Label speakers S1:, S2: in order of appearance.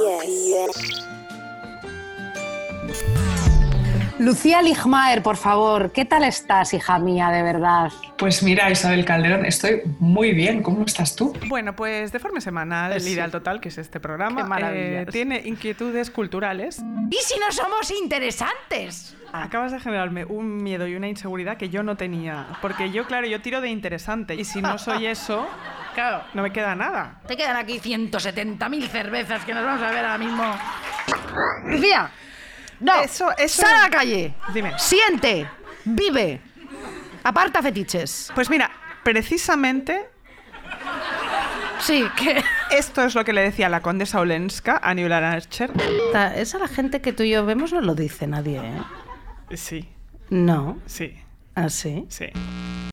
S1: RPS.
S2: Lucía Ligmaer, por favor, ¿qué tal estás, hija mía, de verdad?
S3: Pues mira, Isabel Calderón, estoy muy bien. ¿Cómo estás tú?
S4: Bueno, pues de forma semanal, el
S3: Sí.
S4: Ideal Total, que es este programa,
S5: Qué maravillas.
S4: tiene inquietudes culturales.
S5: ¿Y si no somos interesantes?
S4: Acabas de generarme un miedo y una inseguridad que yo no tenía. Porque yo, claro, yo tiro de interesante. Y si no soy eso,
S5: Claro.
S4: no me queda nada.
S5: Te quedan aquí 170.000 cervezas que nos vamos a ver ahora mismo. Lucía, no.
S4: Eso- eso
S5: Sal
S4: no.
S5: a la calle.
S4: Dime.
S5: Siente. Vive. Aparta fetiches.
S4: Pues mira, precisamente
S5: Sí, que.
S4: esto es lo que le decía la condesa Olenska a Newland Archer.
S6: Ta- Esa la gente que tú y yo vemos no lo dice nadie, ¿eh?
S4: Sí,
S6: No,
S5: ¿Ah,
S4: sí,
S6: así.
S4: sí.